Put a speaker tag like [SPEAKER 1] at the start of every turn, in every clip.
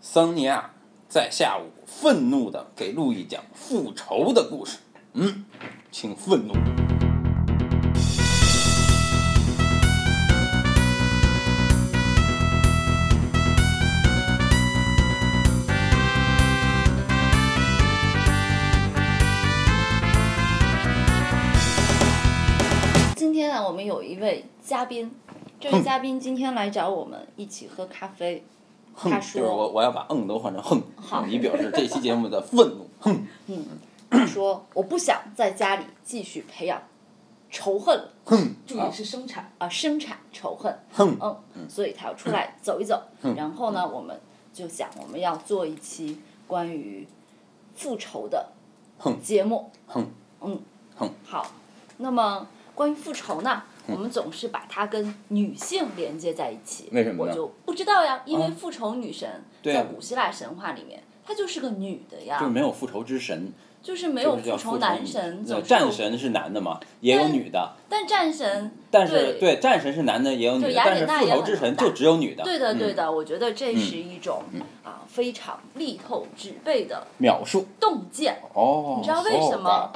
[SPEAKER 1] 桑尼亚在下午愤怒地给路易讲复仇的故事。嗯，请愤怒。
[SPEAKER 2] 今天呢，我们有一位嘉宾，这位嘉宾今天来找我们一起喝咖啡。
[SPEAKER 1] 哼，
[SPEAKER 2] 他
[SPEAKER 1] 就是我，
[SPEAKER 2] 说，
[SPEAKER 1] 我要把嗯都换成哼
[SPEAKER 2] 好，
[SPEAKER 1] 以表示这期节目的愤怒。哼，
[SPEAKER 2] 他说我不想在家里继续培养仇恨
[SPEAKER 3] 注意是生产。
[SPEAKER 2] 啊、生产仇恨，
[SPEAKER 1] 哼
[SPEAKER 2] 嗯，所以他要出来走一走。然后呢，我们就想我们要做一期关于复仇的节目。
[SPEAKER 1] 哼，
[SPEAKER 2] 嗯，
[SPEAKER 1] 哼，
[SPEAKER 2] 好。那么关于复仇呢，我们总是把它跟女性连接在一起。
[SPEAKER 1] 为什么呢
[SPEAKER 2] 我就不知道呀，因为
[SPEAKER 1] 啊
[SPEAKER 2] 复仇女神
[SPEAKER 1] 对
[SPEAKER 2] 在
[SPEAKER 1] 呀
[SPEAKER 2] 古希腊神话里面，她就是个女的呀
[SPEAKER 1] 就是，没有复仇之神，
[SPEAKER 2] 就是没有
[SPEAKER 1] 就是叫
[SPEAKER 2] 复
[SPEAKER 1] 复
[SPEAKER 2] 仇
[SPEAKER 1] 仇
[SPEAKER 2] 男神，
[SPEAKER 1] 呃
[SPEAKER 2] 总是有
[SPEAKER 1] 战，神是男的嘛，也有
[SPEAKER 2] 但
[SPEAKER 1] 女的，
[SPEAKER 2] 但战神，
[SPEAKER 1] 但是
[SPEAKER 2] 对
[SPEAKER 1] 对战神是男的也有女的
[SPEAKER 2] 对，雅
[SPEAKER 1] 但
[SPEAKER 2] 典
[SPEAKER 1] 是
[SPEAKER 2] 娜
[SPEAKER 1] 复
[SPEAKER 2] 也
[SPEAKER 1] 仇
[SPEAKER 2] 很
[SPEAKER 1] 之神
[SPEAKER 2] 大
[SPEAKER 1] 就只有女的。
[SPEAKER 2] 对的，
[SPEAKER 1] 嗯
[SPEAKER 2] 对的，我觉得这是一种啊非常力透纸背的
[SPEAKER 1] 秒数
[SPEAKER 2] 洞见。
[SPEAKER 1] 哦，
[SPEAKER 2] 你知道为什么
[SPEAKER 1] 哦？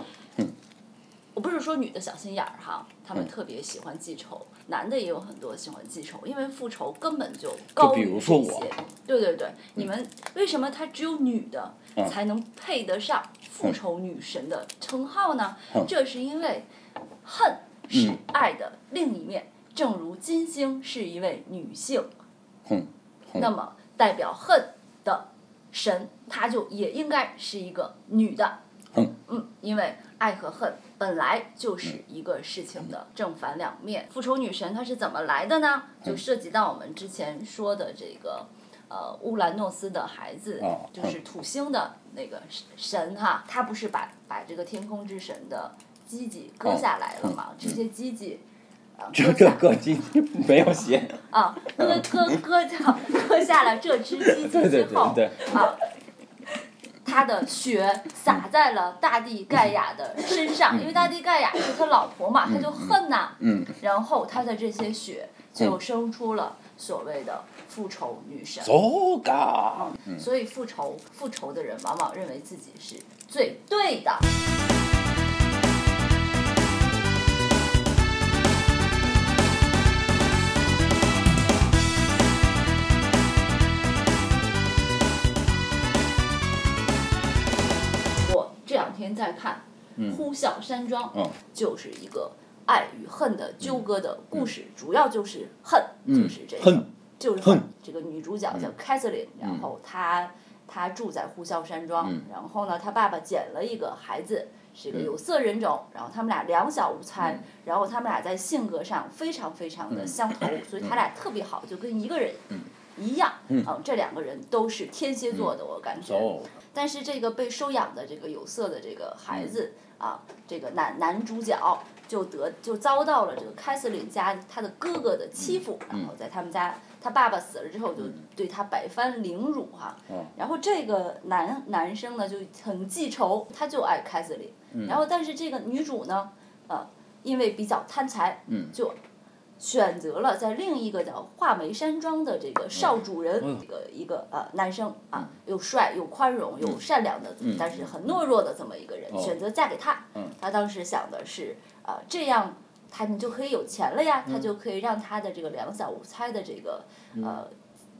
[SPEAKER 2] 我不是说女的小心眼儿哈，她
[SPEAKER 1] 嗯
[SPEAKER 2] 们特别喜欢记仇，男的也有很多喜欢记仇，因为复仇根本就高于
[SPEAKER 1] 比如说
[SPEAKER 2] 这
[SPEAKER 1] 我嗯
[SPEAKER 2] 些。对对对，你们为什么她只有女的才能配得上
[SPEAKER 1] 嗯
[SPEAKER 2] 复仇女神的称号呢？这是因为恨
[SPEAKER 1] 嗯
[SPEAKER 2] 是爱的另一面，正如金星是一位女性，
[SPEAKER 1] 哼
[SPEAKER 2] 那么代表恨的神，她就也应该是一个女的。
[SPEAKER 1] 哼
[SPEAKER 2] 嗯，因为爱和恨本来就是一个事情的正反两面。复仇女神她是怎么来的呢？就涉及到我们之前说的这个，呃，乌兰诺斯的孩子
[SPEAKER 1] 哦，
[SPEAKER 2] 就是土星的那个神神哈，他不是把把这个天空之神的鸡鸡割下来了吗？这些鸡鸡。呃
[SPEAKER 1] 哦这
[SPEAKER 2] 割下
[SPEAKER 1] 个个鸡没有 鞋，
[SPEAKER 2] 啊，割割割掉割下了这只鸡
[SPEAKER 1] 嗯对
[SPEAKER 2] 鸡
[SPEAKER 1] 对
[SPEAKER 2] 之后
[SPEAKER 1] 对，对，
[SPEAKER 2] 啊，他的血洒
[SPEAKER 1] 嗯
[SPEAKER 2] 在了大地盖亚的身上，因为大地盖亚是他老婆嘛，他就恨呐、
[SPEAKER 1] 嗯，
[SPEAKER 2] 然后他的这些血就生出了所谓的复仇女神。
[SPEAKER 1] 走嘎，
[SPEAKER 2] 所以复仇复仇的人往往认为自己是最对的。我这两天在看《呼啸山庄》
[SPEAKER 1] 嗯
[SPEAKER 2] 就是一个爱与恨的纠葛的故事，主要就是恨，
[SPEAKER 1] 嗯
[SPEAKER 2] 就是这个
[SPEAKER 1] 哼
[SPEAKER 2] 就是
[SPEAKER 1] 哼嗯
[SPEAKER 2] 这个女主角叫 Catherine，、然后她她住在呼啸山庄，
[SPEAKER 1] 嗯
[SPEAKER 2] 然后呢，她爸爸捡了一个孩子，是个有色人种，然后他们俩两小无猜，
[SPEAKER 1] 嗯
[SPEAKER 2] 然后他们俩在性格上非常非常的相 投，所
[SPEAKER 1] 嗯
[SPEAKER 2] 以他俩特别好，就跟一个人一样，嗯、这两个人都是天蝎座的，我感觉。
[SPEAKER 1] 嗯走，
[SPEAKER 2] 但是这个被收养的这个有色的这个孩
[SPEAKER 1] 嗯
[SPEAKER 2] 子啊，这个男男主角就得就遭到了这个凯瑟琳家他的哥哥的欺负，然后在他们家他爸爸死了之后就对他百般凌辱哈、然后这个男男生呢就很记仇，他就爱凯瑟琳，然后但是这个女主呢，呃，因为比较贪财，就。选择了在另一个叫画眉山庄的这个少主人，一个一个呃男生啊，又帅又宽容又善良的，但是很懦弱的这么一个人，选择嫁给他。他当时想的是，呃，这样他们就可以有钱了呀，他就可以让他的这个两小无猜的这个呃，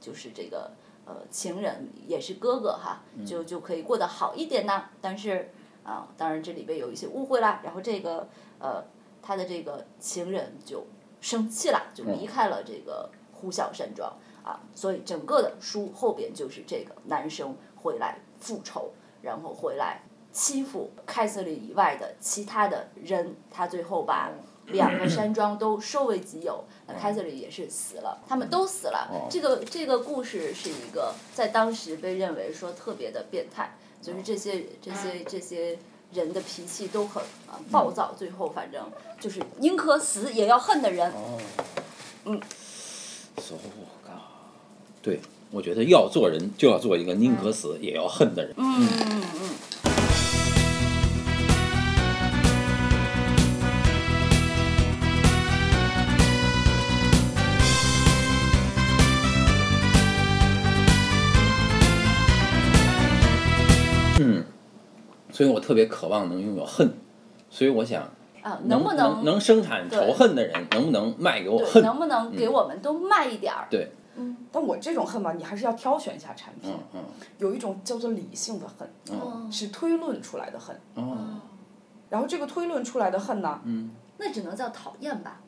[SPEAKER 2] 就是这个呃情人也是哥哥哈，就就可以过得好一点呐。但是啊，当然这里边有一些误会啦。然后这个呃，他的这个情人就生气了，就离开了这个呼啸山庄啊。所以整个的书后边就是这个男生回来复仇，然后回来欺负凯瑟琳以外的其他的人，他最后把。两个山庄都收为己有，那凯瑟琳也是死了，他们都死了。这个这个故事是一个在当时被认为说特别的变态，就是这些这些这些人的脾气都很啊暴躁，最后反正就是宁可死也要恨的人。
[SPEAKER 1] 哦走嘎，对。我觉得要做人就要做一个宁可死也要恨的人。嗯所以我特别渴望能拥有恨，所以我想
[SPEAKER 2] 啊，
[SPEAKER 1] 能
[SPEAKER 2] 不
[SPEAKER 1] 能能生产仇恨的人，能不能卖给我
[SPEAKER 2] 对，
[SPEAKER 1] 恨？嗯
[SPEAKER 2] 能不能给我们都卖一点儿？
[SPEAKER 1] 对，
[SPEAKER 3] 但我这种恨吧，你还是要挑选一下产品。
[SPEAKER 1] 嗯嗯
[SPEAKER 3] 有一种叫做理性的恨，
[SPEAKER 1] 嗯
[SPEAKER 3] 是推论出来的恨。
[SPEAKER 1] 哦，
[SPEAKER 3] 然后这个推论出来的恨呢，
[SPEAKER 1] 嗯
[SPEAKER 2] 那只能叫讨厌吧。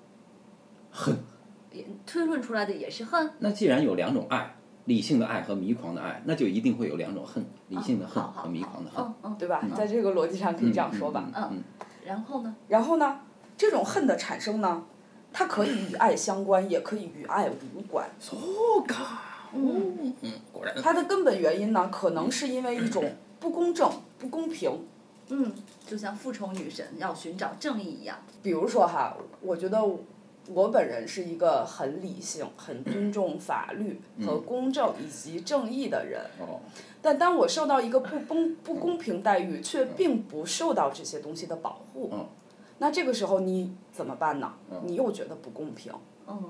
[SPEAKER 1] 恨。
[SPEAKER 2] 也推论出来的也是恨，
[SPEAKER 1] 那既然有两种爱，理性的爱和迷狂的爱，那就一定会有两种恨，理性的恨
[SPEAKER 2] 好好
[SPEAKER 1] 和迷狂的恨。
[SPEAKER 2] 嗯嗯，
[SPEAKER 3] 对吧？在这个逻辑上可以这样说吧。
[SPEAKER 1] 嗯嗯
[SPEAKER 2] 然后呢？
[SPEAKER 3] 然后呢，这种恨的产生呢，它可以与爱相关，也可以与爱无关。
[SPEAKER 2] 嗯，
[SPEAKER 1] 嗯，果然
[SPEAKER 3] 它的根本原因呢，可能是因为一种不公正、不公平。
[SPEAKER 2] 嗯，就像复仇女神要寻找正义一样。
[SPEAKER 3] 比如说哈，我觉得我本人是一个很理性、很尊重法律和公正以及正义的人。
[SPEAKER 1] 嗯哦，
[SPEAKER 3] 但当我受到一个不公不公平待遇，却并不受到这些东西的保护
[SPEAKER 1] 嗯，
[SPEAKER 3] 那这个时候你怎么办呢？你又觉得不公平。
[SPEAKER 2] 嗯，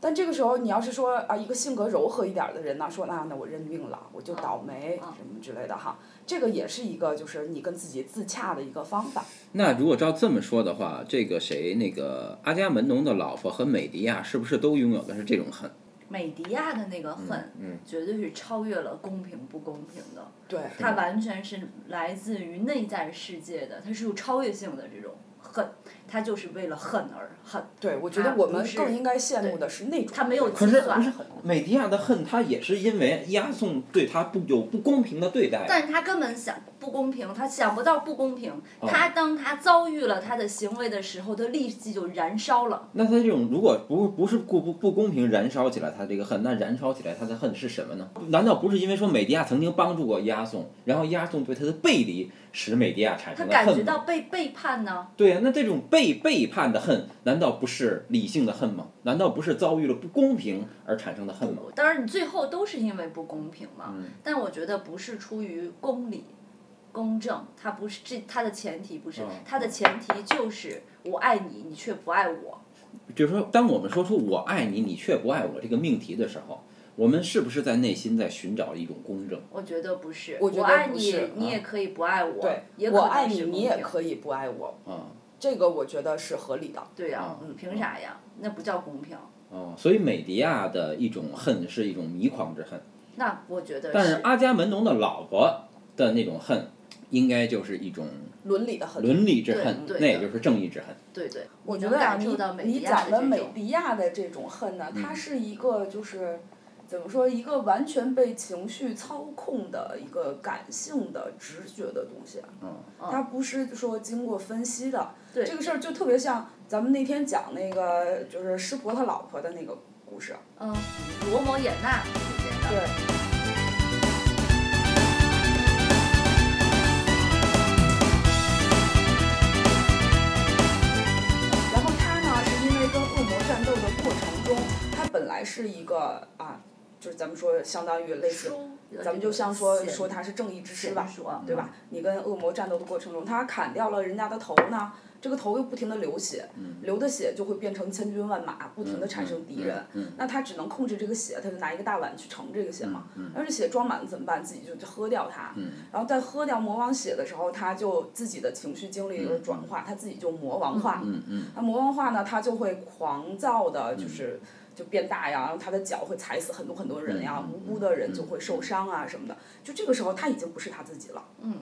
[SPEAKER 3] 但这个时候，你要是说啊，一个性格柔和一点儿的人呢，说啊，那我认命了，我就倒霉
[SPEAKER 2] 嗯
[SPEAKER 3] 什么之类的哈，这个也是一个就是你跟自己自洽的一个方法。
[SPEAKER 1] 那如果照这么说的话，这个谁那个阿伽门农的老婆和美狄亚是不是都拥有的是这种恨？
[SPEAKER 2] 美狄亚的那个
[SPEAKER 1] 嗯
[SPEAKER 2] 恨，绝对是超越了公平不公平的，
[SPEAKER 3] 对，
[SPEAKER 2] 它完全是来自于内在世界的，它是有超越性的这种恨，它就是为了恨而恨，
[SPEAKER 3] 对，我觉得
[SPEAKER 2] 啊
[SPEAKER 3] 我
[SPEAKER 2] 不
[SPEAKER 3] 们
[SPEAKER 2] 是
[SPEAKER 3] 更应该羡慕的是那种人，
[SPEAKER 2] 他没有
[SPEAKER 1] 可
[SPEAKER 2] 计
[SPEAKER 1] 是
[SPEAKER 2] 算。
[SPEAKER 1] 美狄亚的恨，她也是因为押送对她不有不公平的对待。
[SPEAKER 2] 但是他根本想不公平，他想不到不公平。
[SPEAKER 1] 哦
[SPEAKER 2] 他当他遭遇了他的行为的时候，他立即就燃烧了。
[SPEAKER 1] 那他这种如果不不是不不不公平燃烧起来他这个恨，那燃烧起来他的恨是什么呢？难道不是因为说美狄亚曾经帮助过押送，然后押送对他的背离，使美狄亚产
[SPEAKER 2] 他
[SPEAKER 1] 生了
[SPEAKER 2] 感觉
[SPEAKER 1] 恨
[SPEAKER 2] 到
[SPEAKER 1] 吗？
[SPEAKER 2] 被背叛呢，
[SPEAKER 1] 对呀、那这种被背叛的恨，难道不是理性的恨吗？难道不是遭遇了不公平而产生的恨吗？
[SPEAKER 2] 当然你最后都是因为不公平嘛。
[SPEAKER 1] 嗯
[SPEAKER 2] 但我觉得不是出于公理、公正，它不是这它的前提不是，
[SPEAKER 1] 嗯
[SPEAKER 2] 它的前提就是我爱你，你却不爱我。
[SPEAKER 1] 就是说，当我们说出“我爱你，你却不爱我”这个命题的时候，我们是不是在内心在寻找一种公正？
[SPEAKER 2] 我觉得不是，
[SPEAKER 3] 我
[SPEAKER 2] 我
[SPEAKER 3] 觉得
[SPEAKER 2] 爱
[SPEAKER 3] 不
[SPEAKER 2] 你，
[SPEAKER 3] 是
[SPEAKER 2] 你
[SPEAKER 1] 嗯
[SPEAKER 2] 也可以不爱我，也可
[SPEAKER 3] 我
[SPEAKER 2] 能
[SPEAKER 3] 爱你，
[SPEAKER 2] 是
[SPEAKER 3] 你
[SPEAKER 2] 公
[SPEAKER 3] 也
[SPEAKER 2] 平
[SPEAKER 3] 可以不爱我，
[SPEAKER 1] 啊、
[SPEAKER 3] 这个我觉得是合理的。
[SPEAKER 2] 对啊呀、
[SPEAKER 1] 嗯
[SPEAKER 2] 凭啥呀？那不叫公平。
[SPEAKER 1] 哦，所以美狄亚的一种恨是一种迷狂之恨。
[SPEAKER 2] 那我觉得
[SPEAKER 1] 但是啊阿伽门农的老婆的那种恨，应该就是一种
[SPEAKER 3] 伦理的很。
[SPEAKER 1] 伦理之恨，
[SPEAKER 2] 对对
[SPEAKER 1] 那
[SPEAKER 2] 的
[SPEAKER 1] 也就是正义之恨。
[SPEAKER 2] 对对，
[SPEAKER 3] 我
[SPEAKER 2] 你
[SPEAKER 3] 觉
[SPEAKER 2] 能
[SPEAKER 3] 得啊，
[SPEAKER 2] 感受
[SPEAKER 3] 你
[SPEAKER 2] 到美
[SPEAKER 3] 你
[SPEAKER 2] 迪亚的
[SPEAKER 3] 讲的
[SPEAKER 2] 这
[SPEAKER 3] 美
[SPEAKER 2] 种，
[SPEAKER 3] 迪亚的这种恨呢，
[SPEAKER 1] 嗯
[SPEAKER 3] 它是一个就是怎么说，一个完全被情绪操控的一个感性的直觉的东西啊，
[SPEAKER 1] 嗯，
[SPEAKER 3] 它不是说经过分析的。
[SPEAKER 2] 对
[SPEAKER 3] 这个事儿就特别像咱们那天讲那个就是师婆他老婆的那个故事。啊
[SPEAKER 2] 嗯，罗摩衍那之间的。
[SPEAKER 3] 对。然后他呢，是因为跟恶魔战斗的过程中，他本来是一个啊，就是咱们说相当于类似，咱们就像说说他是正义之师吧，
[SPEAKER 1] 嗯
[SPEAKER 2] 说
[SPEAKER 3] 对吧？你跟恶魔战斗的过程中，他砍掉了人家的头呢，这个头又不停的流血，流的血就会变成千军万马，不停的产生敌人。
[SPEAKER 1] 嗯嗯
[SPEAKER 3] 那他只能控制这个血，他就拿一个大碗去盛这个血嘛。
[SPEAKER 1] 嗯
[SPEAKER 3] 但是血装满了怎么办？自己就就喝掉它。然后在喝掉魔王血的时候，他就自己的情绪经历了转化，他自己就魔王化。
[SPEAKER 1] 嗯嗯，
[SPEAKER 3] 那魔王化呢，他就会狂躁的，就是就变大呀，然后他的脚会踩死很多很多人呀，
[SPEAKER 1] 嗯嗯嗯
[SPEAKER 3] 无辜的人就会受伤啊什么的。就这个时候，他已经不是他自己了。
[SPEAKER 2] 嗯。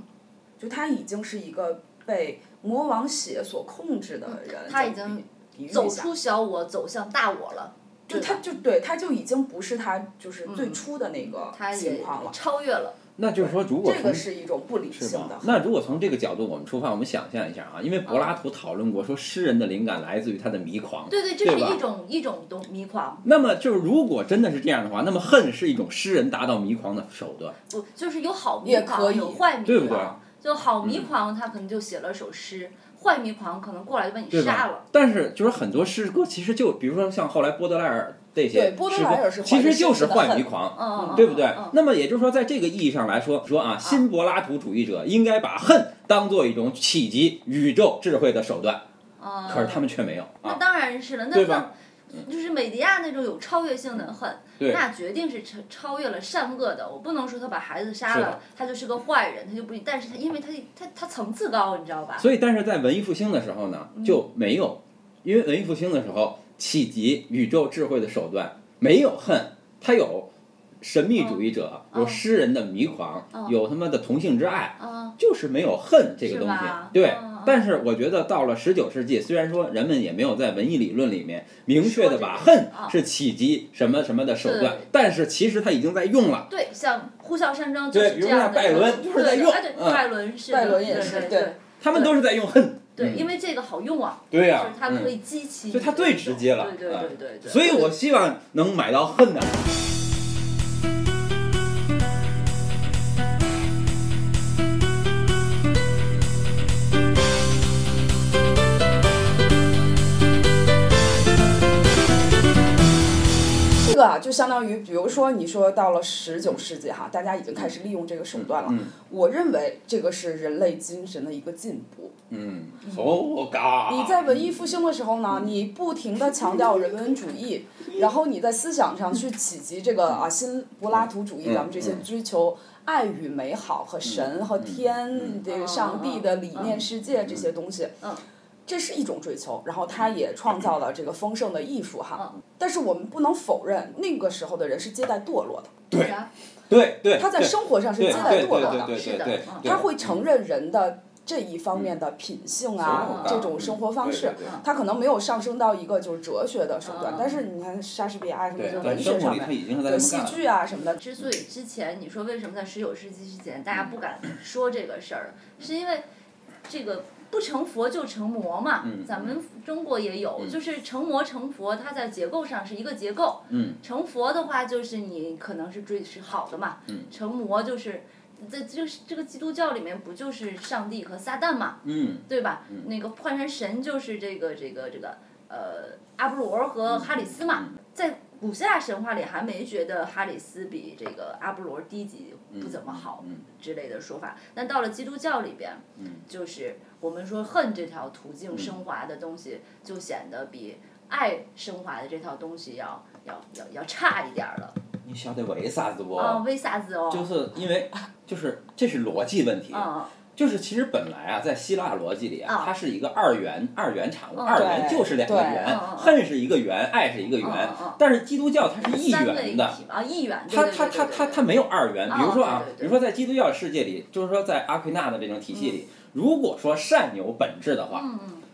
[SPEAKER 3] 就他已经是一个被魔王血所控制的人。
[SPEAKER 2] 嗯他已
[SPEAKER 3] 叫
[SPEAKER 2] 经
[SPEAKER 3] 比比喻一
[SPEAKER 2] 走
[SPEAKER 3] 下
[SPEAKER 2] 出小我，走向大我了，
[SPEAKER 3] 就
[SPEAKER 2] 对
[SPEAKER 3] 他
[SPEAKER 2] 吧？
[SPEAKER 3] 就对，他就已经不是他就是最初的那个
[SPEAKER 2] 嗯他
[SPEAKER 3] 情
[SPEAKER 2] 也
[SPEAKER 3] 况了。
[SPEAKER 2] 超越了，
[SPEAKER 1] 那就是说，如果
[SPEAKER 3] 这
[SPEAKER 1] 从
[SPEAKER 3] 个是一种不理
[SPEAKER 1] 是
[SPEAKER 3] 性
[SPEAKER 1] 吧
[SPEAKER 3] 的。嗯
[SPEAKER 1] 那如果从这个角度我们出发，我们想象一下啊，因为柏拉图讨论过说，诗人的灵感来自于他的迷狂。
[SPEAKER 2] 对对，这
[SPEAKER 1] 对
[SPEAKER 2] 是
[SPEAKER 1] 吧
[SPEAKER 2] 一种一种东迷狂，
[SPEAKER 1] 那么就是，如果真的是这样的话，那么恨是一种诗人达到迷狂的手段。
[SPEAKER 2] 不
[SPEAKER 3] 嗯
[SPEAKER 2] 就是有好迷
[SPEAKER 3] 也可
[SPEAKER 2] 狂，
[SPEAKER 3] 以
[SPEAKER 2] 有坏迷狂，
[SPEAKER 1] 对不对嗯
[SPEAKER 2] 就好迷狂，他可能就写了首诗，坏迷狂可能过来就把你
[SPEAKER 1] 对
[SPEAKER 2] 杀
[SPEAKER 1] 吧
[SPEAKER 2] 了？。
[SPEAKER 1] 但是就是很多诗歌，其实就比如说像后来波德莱尔这些
[SPEAKER 3] 对波德莱尔是
[SPEAKER 1] 诗歌
[SPEAKER 3] 怀
[SPEAKER 1] 其
[SPEAKER 3] 着
[SPEAKER 1] 实就是
[SPEAKER 3] 深深的
[SPEAKER 1] 坏迷
[SPEAKER 3] 恨
[SPEAKER 1] 狂，
[SPEAKER 2] 嗯，嗯
[SPEAKER 1] 对不对？
[SPEAKER 2] 嗯嗯
[SPEAKER 1] 那么也就是说，在这个意义上来说，说啊，新柏拉图主义者应该把恨当做一种企及宇宙智慧的手段，
[SPEAKER 2] 嗯
[SPEAKER 1] 可是他们却没有
[SPEAKER 2] 那
[SPEAKER 1] 啊。
[SPEAKER 2] 当然是了，那
[SPEAKER 1] 对
[SPEAKER 2] 恨
[SPEAKER 1] 吧，
[SPEAKER 2] 就是美迪亚那种有超越性的恨，那决定是超超越了善恶的。我不能说他把孩子杀
[SPEAKER 1] 是
[SPEAKER 2] 了
[SPEAKER 1] 的，
[SPEAKER 2] 他就是个坏人，他就不，但是他因为他他他层次高，你知道吧？
[SPEAKER 1] 所以，但是在文艺复兴的时候呢，
[SPEAKER 2] 嗯
[SPEAKER 1] 就没有，因为文艺复兴的时候企及宇宙智慧的手段，没有恨，它有神秘主义者，
[SPEAKER 2] 哦
[SPEAKER 1] 有诗人的迷狂，有他妈的同性之爱，
[SPEAKER 2] 嗯
[SPEAKER 1] 就是没有恨这个东西
[SPEAKER 2] 是吧。
[SPEAKER 1] 对，
[SPEAKER 2] 嗯嗯
[SPEAKER 1] 但是我觉得到了十九世纪，虽然说人们也没有在文艺理论里面明确的把
[SPEAKER 2] 说这个哦
[SPEAKER 1] 恨是企及什么什么的手段
[SPEAKER 2] 是，
[SPEAKER 1] 但是其实它已经在用了。
[SPEAKER 2] 对，像呼啸山庄就是
[SPEAKER 1] 对
[SPEAKER 2] 这样的
[SPEAKER 1] 比
[SPEAKER 2] 一
[SPEAKER 1] 如说像拜
[SPEAKER 2] 个，
[SPEAKER 1] 伦
[SPEAKER 2] 对
[SPEAKER 1] 就是在
[SPEAKER 2] 对
[SPEAKER 1] 用
[SPEAKER 2] 哎对，
[SPEAKER 1] 嗯
[SPEAKER 2] 拜伦是的，
[SPEAKER 3] 拜伦也是
[SPEAKER 2] 对
[SPEAKER 3] 对
[SPEAKER 1] 他们都是在用恨，
[SPEAKER 2] 对，
[SPEAKER 1] 嗯
[SPEAKER 2] 因为这个好用啊，
[SPEAKER 1] 对呀、
[SPEAKER 2] 就是它可以
[SPEAKER 1] 嗯
[SPEAKER 2] 激起你
[SPEAKER 1] 所
[SPEAKER 2] 的那种，
[SPEAKER 1] 以它最直接了啊
[SPEAKER 2] 对对对对对，
[SPEAKER 1] 所以我希望能买到恨的。啊
[SPEAKER 3] 这个啊，就相当于，比如说你说到了十九世纪哈，大家已经开始利用这个手段了。我认为这个是人类精神的一个进步。
[SPEAKER 1] 嗯，哦，嘎。
[SPEAKER 3] 你在文艺复兴的时候呢，你不停的强调人文主义，然后你在思想上去企及这个啊新柏拉图主义，咱们这些
[SPEAKER 1] 嗯
[SPEAKER 3] 追求爱与美好和神和
[SPEAKER 1] 嗯
[SPEAKER 3] 天这个上帝的理念世界这些东西，这是一种追求。然后他也创造了这个丰盛的艺术哈，但是我们不能否认，那个时候的人是接待堕落的。
[SPEAKER 1] 对
[SPEAKER 2] 啥
[SPEAKER 1] 对对，
[SPEAKER 3] 他在
[SPEAKER 1] 对
[SPEAKER 3] 生活上是
[SPEAKER 1] 对
[SPEAKER 3] 接待
[SPEAKER 1] 对
[SPEAKER 3] 堕落
[SPEAKER 1] 对
[SPEAKER 3] 的，
[SPEAKER 1] 对对
[SPEAKER 2] 是的
[SPEAKER 1] 对
[SPEAKER 2] 嗯
[SPEAKER 1] 对
[SPEAKER 3] 他会承认人的这一方面的品性啊，
[SPEAKER 1] 嗯
[SPEAKER 3] 这种生活方式
[SPEAKER 1] 对对对，
[SPEAKER 3] 他可能没有上升到一个就是哲学的手段
[SPEAKER 2] 嗯，
[SPEAKER 3] 但是你看莎士比亚啊什么
[SPEAKER 1] 对
[SPEAKER 3] 就，
[SPEAKER 1] 在
[SPEAKER 3] 文学
[SPEAKER 1] 生活
[SPEAKER 3] 上
[SPEAKER 1] 里他已
[SPEAKER 3] 面，
[SPEAKER 1] 经是在
[SPEAKER 3] 对
[SPEAKER 1] 这么
[SPEAKER 3] 戏
[SPEAKER 1] 干了。
[SPEAKER 3] 剧啊什么的，
[SPEAKER 2] 之所以之前你说为什么在十九世纪之前大家不敢说这个事儿，是因为这个不成佛就成魔嘛。咱们中国也有，就是成魔成佛，它在结构上是一个结构。
[SPEAKER 1] 嗯
[SPEAKER 2] 成佛的话，就是你可能是追是好的嘛。成魔就是。在就是这个基督教里面，不就是上帝和撒旦嘛，
[SPEAKER 1] 嗯
[SPEAKER 2] 对吧？那个换成神就是这个这个这个呃阿波
[SPEAKER 1] 嗯
[SPEAKER 2] 罗和哈里斯嘛，在古希腊神话里还没觉得哈里斯比这个阿波罗低级不怎么好
[SPEAKER 1] 嗯
[SPEAKER 2] 之类的说法，但到了基督教里边，就是我们说恨这条途
[SPEAKER 1] 嗯
[SPEAKER 2] 径升华的东西，就显得比爱升华的这套东西要要要要差一点儿了。
[SPEAKER 1] 你晓得为啥子不？
[SPEAKER 2] 啊，为啥子哦？
[SPEAKER 1] 就是因为，就是这是逻辑问题。
[SPEAKER 3] 啊
[SPEAKER 2] 嗯，
[SPEAKER 1] 就是其实本来啊，在希腊逻辑里啊
[SPEAKER 2] 啊，
[SPEAKER 1] 它是一个二元二元产物，二元
[SPEAKER 3] 哦对
[SPEAKER 1] 就是两个
[SPEAKER 3] 对
[SPEAKER 1] 元
[SPEAKER 2] 嗯嗯，嗯
[SPEAKER 1] 恨是一个元，爱是一个元
[SPEAKER 2] 嗯嗯。
[SPEAKER 1] 但是基督教它是一
[SPEAKER 2] 三位
[SPEAKER 1] 元
[SPEAKER 2] 一
[SPEAKER 1] 的，
[SPEAKER 2] 体嘛啊，一元。对
[SPEAKER 1] 它
[SPEAKER 2] 对
[SPEAKER 1] 它
[SPEAKER 2] 对
[SPEAKER 1] 它
[SPEAKER 2] 对
[SPEAKER 1] 它
[SPEAKER 2] 对
[SPEAKER 1] 它没有二元。比如说啊
[SPEAKER 2] 哦对对，对
[SPEAKER 1] 比如说在基督教世界里，就是说在阿奎那的这种体系
[SPEAKER 2] 嗯
[SPEAKER 1] 里，如果说善有本质的话，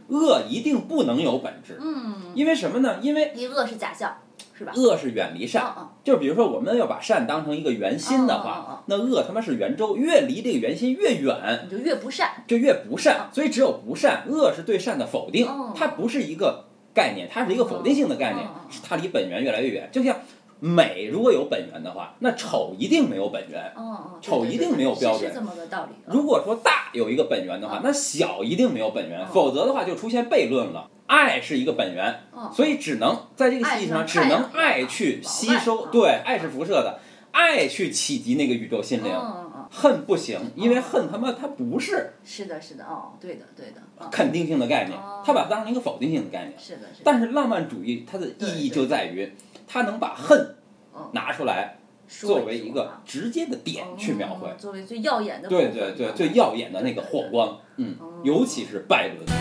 [SPEAKER 1] 恶一定不能有本质。
[SPEAKER 2] 嗯，
[SPEAKER 1] 因为什么呢？因为
[SPEAKER 2] 一恶是假象，是吧？
[SPEAKER 1] 恶是远离
[SPEAKER 2] 嗯
[SPEAKER 1] 善，
[SPEAKER 2] 嗯
[SPEAKER 1] 就比如说我们要把善当成一个圆心的
[SPEAKER 2] 哦
[SPEAKER 1] 话，那恶他妈是圆周，越离这个圆心越远，
[SPEAKER 2] 你就越不善。
[SPEAKER 1] 就越不善。所以只有不善，恶是对善的否定
[SPEAKER 2] 哦，
[SPEAKER 1] 它不是一个概念，它是一个否定性的概念
[SPEAKER 2] 哦哦哦，
[SPEAKER 1] 它离本源越来越远。就像美如果有本源的话，那丑一定没有本源。
[SPEAKER 2] 嗯嗯。对
[SPEAKER 1] 丑
[SPEAKER 2] 对
[SPEAKER 1] 一
[SPEAKER 2] 对
[SPEAKER 1] 定没有
[SPEAKER 2] 是
[SPEAKER 1] 标
[SPEAKER 2] 是
[SPEAKER 1] 准
[SPEAKER 2] 这么个道理。嗯
[SPEAKER 1] 如果说大有一个本源的话
[SPEAKER 2] 嗯，
[SPEAKER 1] 那小一定没有本源，
[SPEAKER 2] 嗯
[SPEAKER 1] 否则的话就出现悖论了。爱是一个本源，
[SPEAKER 2] 嗯
[SPEAKER 1] 所以只能在这个戏剧上，
[SPEAKER 2] 爱
[SPEAKER 1] 只能
[SPEAKER 2] 是太阳
[SPEAKER 1] 爱去吸
[SPEAKER 2] 往
[SPEAKER 1] 收，
[SPEAKER 2] 外
[SPEAKER 1] 对，爱是辐射的，爱去启迪那个宇宙心灵。
[SPEAKER 2] 嗯嗯
[SPEAKER 1] 恨不行，因为恨他妈它不是
[SPEAKER 2] 嗯，是的，是的，哦，对的，对的，嗯
[SPEAKER 1] 肯定性的概念
[SPEAKER 2] 哦，
[SPEAKER 1] 它把它当成一个否定性的概念。
[SPEAKER 2] 是的，是的，
[SPEAKER 1] 但是浪漫主义它的意义
[SPEAKER 2] 对对
[SPEAKER 1] 就在于，它能把恨
[SPEAKER 2] 嗯
[SPEAKER 1] 拿出来
[SPEAKER 2] 说
[SPEAKER 1] 作为一
[SPEAKER 2] 说
[SPEAKER 1] 个
[SPEAKER 2] 啊
[SPEAKER 1] 直接的点去描绘
[SPEAKER 2] 嗯，作为最耀眼的部
[SPEAKER 1] 对
[SPEAKER 2] 分，
[SPEAKER 1] 对对，最耀眼的那个火光，嗯，
[SPEAKER 2] 哦
[SPEAKER 1] 尤其是拜伦。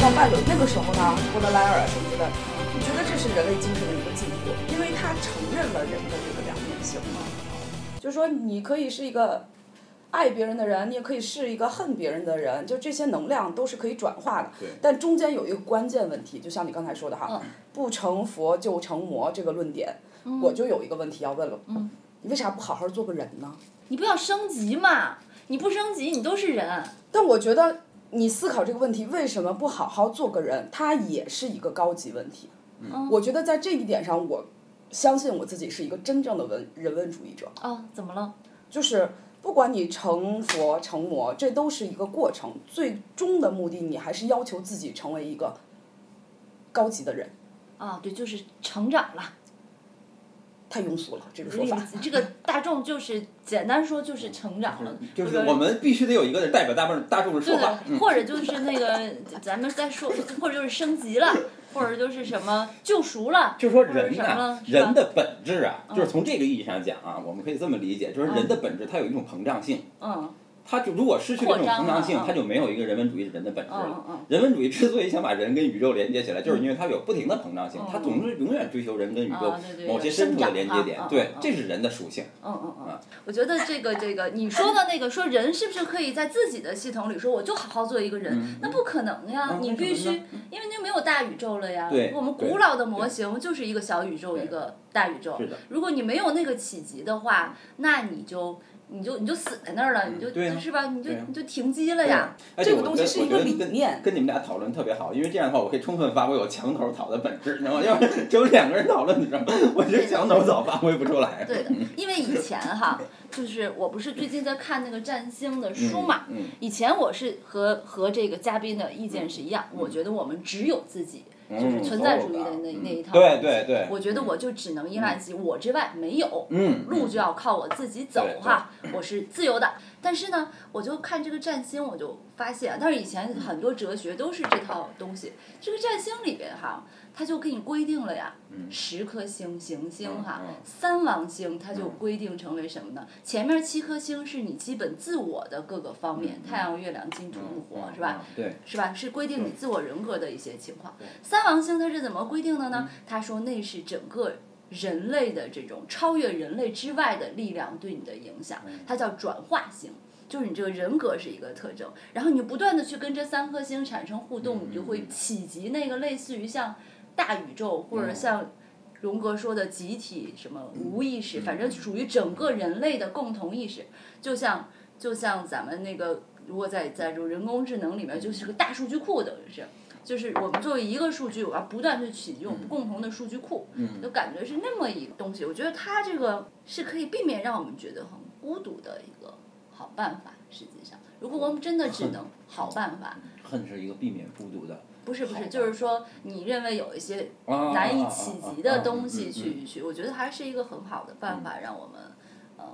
[SPEAKER 3] 到拜伦那个时候呢，波德莱尔啊什么的，我觉得这是人类精神的一个进步，因为他承认了人的这个两面性嘛，就说你可以是一个。爱别人的人，你也可以是一个恨别人的人，就这些能量都是可以转化的。
[SPEAKER 1] 对
[SPEAKER 3] 但中间有一个关键问题，就像你刚才说的哈，
[SPEAKER 2] 嗯
[SPEAKER 3] 不成佛就成魔这个论点，我就有一个问题要问了，你为啥不好好做个人呢？
[SPEAKER 2] 你不要升级嘛，你不升级，你都是人，
[SPEAKER 3] 但我觉得你思考这个问题，为什么不好好做个人，它也是一个高级问题。
[SPEAKER 2] 嗯
[SPEAKER 3] 我觉得在这一点上，我相信我自己是一个真正的文人文主义者，
[SPEAKER 2] 哦，怎么了？
[SPEAKER 3] 就是不管你成佛成魔，这都是一个过程，最终的目的你还是要求自己成为一个高级的人。
[SPEAKER 2] 哦啊，对，就是成长了，
[SPEAKER 3] 太庸俗了，这个说法。
[SPEAKER 2] 这个大众就是简单说就是成长了，
[SPEAKER 1] 嗯就是
[SPEAKER 2] 或者
[SPEAKER 1] 我们必须得有一个人代表大众大众说
[SPEAKER 2] 哦对
[SPEAKER 1] 话。嗯
[SPEAKER 2] 的，或者就是那个 咱们再说，或者就是升级了，或者就是什么救赎了，
[SPEAKER 1] 就是说人
[SPEAKER 2] 或者什么
[SPEAKER 1] 呐
[SPEAKER 2] 了，是吧嗯
[SPEAKER 1] 人的本质啊，就是从这个意义上讲啊，我们可以这么理解，就是人的本质它有一种膨胀性，
[SPEAKER 2] 嗯
[SPEAKER 1] 它就如果失去这种
[SPEAKER 2] 扩张
[SPEAKER 1] 膨胀性
[SPEAKER 2] 了，嗯
[SPEAKER 1] 它就没有一个人文主义人的本质
[SPEAKER 2] 嗯
[SPEAKER 1] 了。
[SPEAKER 2] 嗯
[SPEAKER 1] 人文主义之所以想把人跟宇宙连接起来，就是因为它有不停的膨胀性
[SPEAKER 2] 嗯，
[SPEAKER 1] 它总是永远追求人跟宇
[SPEAKER 2] 嗯，
[SPEAKER 1] 宙
[SPEAKER 2] 啊对对，
[SPEAKER 1] 某些
[SPEAKER 2] 有
[SPEAKER 1] 深
[SPEAKER 2] 生
[SPEAKER 1] 处的
[SPEAKER 2] 长
[SPEAKER 1] 连
[SPEAKER 2] 啊
[SPEAKER 1] 接点
[SPEAKER 2] 啊，
[SPEAKER 1] 对，
[SPEAKER 2] 啊
[SPEAKER 1] 这是人的属性。
[SPEAKER 2] 嗯嗯嗯
[SPEAKER 1] 啊，
[SPEAKER 2] 我觉得这个这个你说的那个说人是不是可以在自己的系统里说我就好好做一个人？那不可能呀，
[SPEAKER 1] 嗯
[SPEAKER 2] 你
[SPEAKER 1] 为什
[SPEAKER 2] 必
[SPEAKER 1] 么
[SPEAKER 2] 须
[SPEAKER 1] 呢，
[SPEAKER 2] 因为那没有大宇宙了呀
[SPEAKER 1] 对。
[SPEAKER 2] 我们
[SPEAKER 1] 对
[SPEAKER 2] 古老的模型就是一个小宇宙，
[SPEAKER 1] 对
[SPEAKER 2] 一个大宇宙
[SPEAKER 1] 是的。
[SPEAKER 2] 如果你没有那个启迪的话，那你就你就你就死在那儿了，你就
[SPEAKER 1] 嗯对呀
[SPEAKER 2] 是吧？你就
[SPEAKER 1] 对呀啊
[SPEAKER 2] 你就停机了呀。
[SPEAKER 1] 而且
[SPEAKER 3] 这
[SPEAKER 1] 我
[SPEAKER 3] 个东
[SPEAKER 1] 觉得
[SPEAKER 3] 西是
[SPEAKER 1] 我觉得
[SPEAKER 3] 一个理
[SPEAKER 1] 跟
[SPEAKER 3] 念，
[SPEAKER 1] 跟你们俩讨论特别好，因为这样的话，我可以充分发挥我墙头草的本质，你知道吗？要不然只有两个人讨论，你知道吗？我这墙头草发挥不出来。
[SPEAKER 2] 对的， 因为以前哈，就是我不是最近在看那个占星的书嘛，
[SPEAKER 1] 嗯，
[SPEAKER 2] 以前我是和和这个嘉宾的意见是一样，我觉得我们只有自己，
[SPEAKER 1] 嗯
[SPEAKER 2] 就是存在主义的那、
[SPEAKER 1] 嗯
[SPEAKER 2] 那一套。
[SPEAKER 1] 对对对，
[SPEAKER 2] 我觉得我就只能依赖自己，我之外没有。
[SPEAKER 1] 嗯
[SPEAKER 2] 路就要靠我自己走
[SPEAKER 1] 对对
[SPEAKER 2] 哈，我是自由的。但是呢，我就看这个占星，我就发现，但是以前很多哲学都是这套东西。这个占星里边哈，它就给你规定了呀，十颗星行星哈，
[SPEAKER 1] 嗯嗯嗯嗯
[SPEAKER 2] 三王星它就规定成为什么呢？前面七颗星是你基本自我的各个方面，
[SPEAKER 1] 嗯
[SPEAKER 2] 太阳、月亮、金、土、木、火，是吧？？
[SPEAKER 1] 对，
[SPEAKER 2] 是吧？是规定你自我人格的一些情况。三王星它是怎么规定的呢？他说那是整个人类的这种超越人类之外的力量对你的影响，它叫转化星。就是你这个人格是一个特征，然后你不断的去跟这三颗星产生互动，你就会企及那个类似于像大宇宙或者像荣格说的集体什么无意识，反正属于整个人类的共同意识，就像就像咱们那个如果在在这种人工智能里面，就是个大数据库，等于是。就是我们作为一个数据，我要不断去启用共同的数据库，就感觉是那么一个东西。我觉得它这个是可以避免让我们觉得很孤独的一个好办法。实际上，如果我们真的只能好办法，
[SPEAKER 1] 恨是一个避免孤独的，
[SPEAKER 2] 不是不
[SPEAKER 1] 嗯好
[SPEAKER 2] 是，
[SPEAKER 1] 吧
[SPEAKER 2] 就是说你认为有一些
[SPEAKER 1] 啊
[SPEAKER 2] 难以企及的
[SPEAKER 1] 啊
[SPEAKER 2] 东
[SPEAKER 1] 啊啊
[SPEAKER 2] 西
[SPEAKER 1] 啊
[SPEAKER 2] 去去，我觉得还是一个很好的办法，让我们呃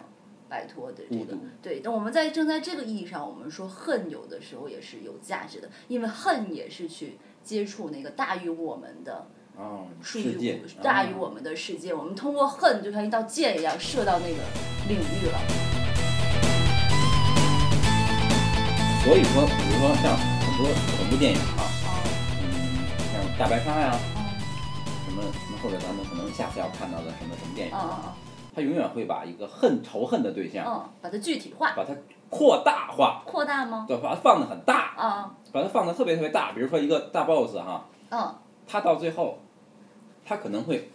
[SPEAKER 2] 摆脱的这
[SPEAKER 1] 孤
[SPEAKER 2] 个
[SPEAKER 1] 独
[SPEAKER 2] 对。但我们在正在这个意义上，我们说恨有的时候也是有价值的，因为恨也是去接触那个大于我们的
[SPEAKER 1] 啊，
[SPEAKER 2] 数
[SPEAKER 1] 世
[SPEAKER 2] 据
[SPEAKER 1] 界
[SPEAKER 2] 库，大于我们的世界。我们通过恨就像一道箭一样射到那个领域了。
[SPEAKER 1] 所以说，比如说像很多恐怖电影啊，嗯，像大白鲨呀，什么什么，或者咱们可能下次要看到的什么什么电影
[SPEAKER 2] 嗯嗯
[SPEAKER 1] 啊，它永远会把一个恨仇恨的对
[SPEAKER 2] 嗯，
[SPEAKER 1] 象，
[SPEAKER 2] 嗯，把它具体化、
[SPEAKER 1] 把它扩大化，
[SPEAKER 2] 扩大吗？
[SPEAKER 1] 对，把它放的很大，
[SPEAKER 2] 啊，
[SPEAKER 1] 把它放的特别特别大。比如说一个大 boss 哈，
[SPEAKER 2] 嗯，哦
[SPEAKER 1] 他到最后，他可能会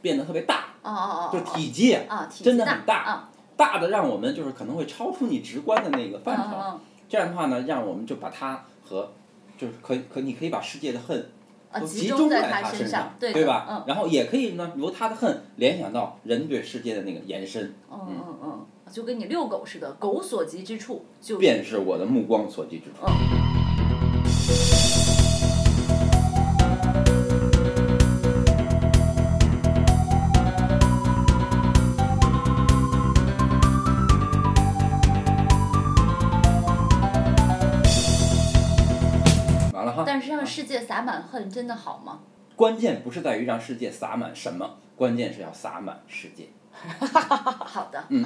[SPEAKER 1] 变得特别大，
[SPEAKER 2] 哦哦，
[SPEAKER 1] 就
[SPEAKER 2] 哦
[SPEAKER 1] 体积
[SPEAKER 2] 啊，体积
[SPEAKER 1] 真的很大
[SPEAKER 2] 啊，
[SPEAKER 1] 大的让我们就是可能会超出你直观的那个
[SPEAKER 2] 嗯
[SPEAKER 1] 范畴。
[SPEAKER 2] 嗯
[SPEAKER 1] 这样的话呢，让我们就把它和就是可以可你可以把世界的恨
[SPEAKER 2] 啊，
[SPEAKER 1] 都
[SPEAKER 2] 集
[SPEAKER 1] 集
[SPEAKER 2] 中
[SPEAKER 1] 中
[SPEAKER 2] 在
[SPEAKER 1] 他
[SPEAKER 2] 身
[SPEAKER 1] 上，
[SPEAKER 2] 对
[SPEAKER 1] 对
[SPEAKER 2] 的
[SPEAKER 1] 吧？
[SPEAKER 2] 嗯
[SPEAKER 1] 然后也可以呢，由他的恨联想到人对世界的那个延伸，
[SPEAKER 2] 嗯嗯嗯，就跟你遛狗似的，狗所及之处就
[SPEAKER 1] 便是我的目光所及之处。
[SPEAKER 2] 嗯。
[SPEAKER 1] 完了哈，啊
[SPEAKER 2] 但是让世界洒满恨，真的好吗？
[SPEAKER 1] 关键不是在于让世界洒满什么，关键是要洒满世界。
[SPEAKER 2] 好的，
[SPEAKER 1] 嗯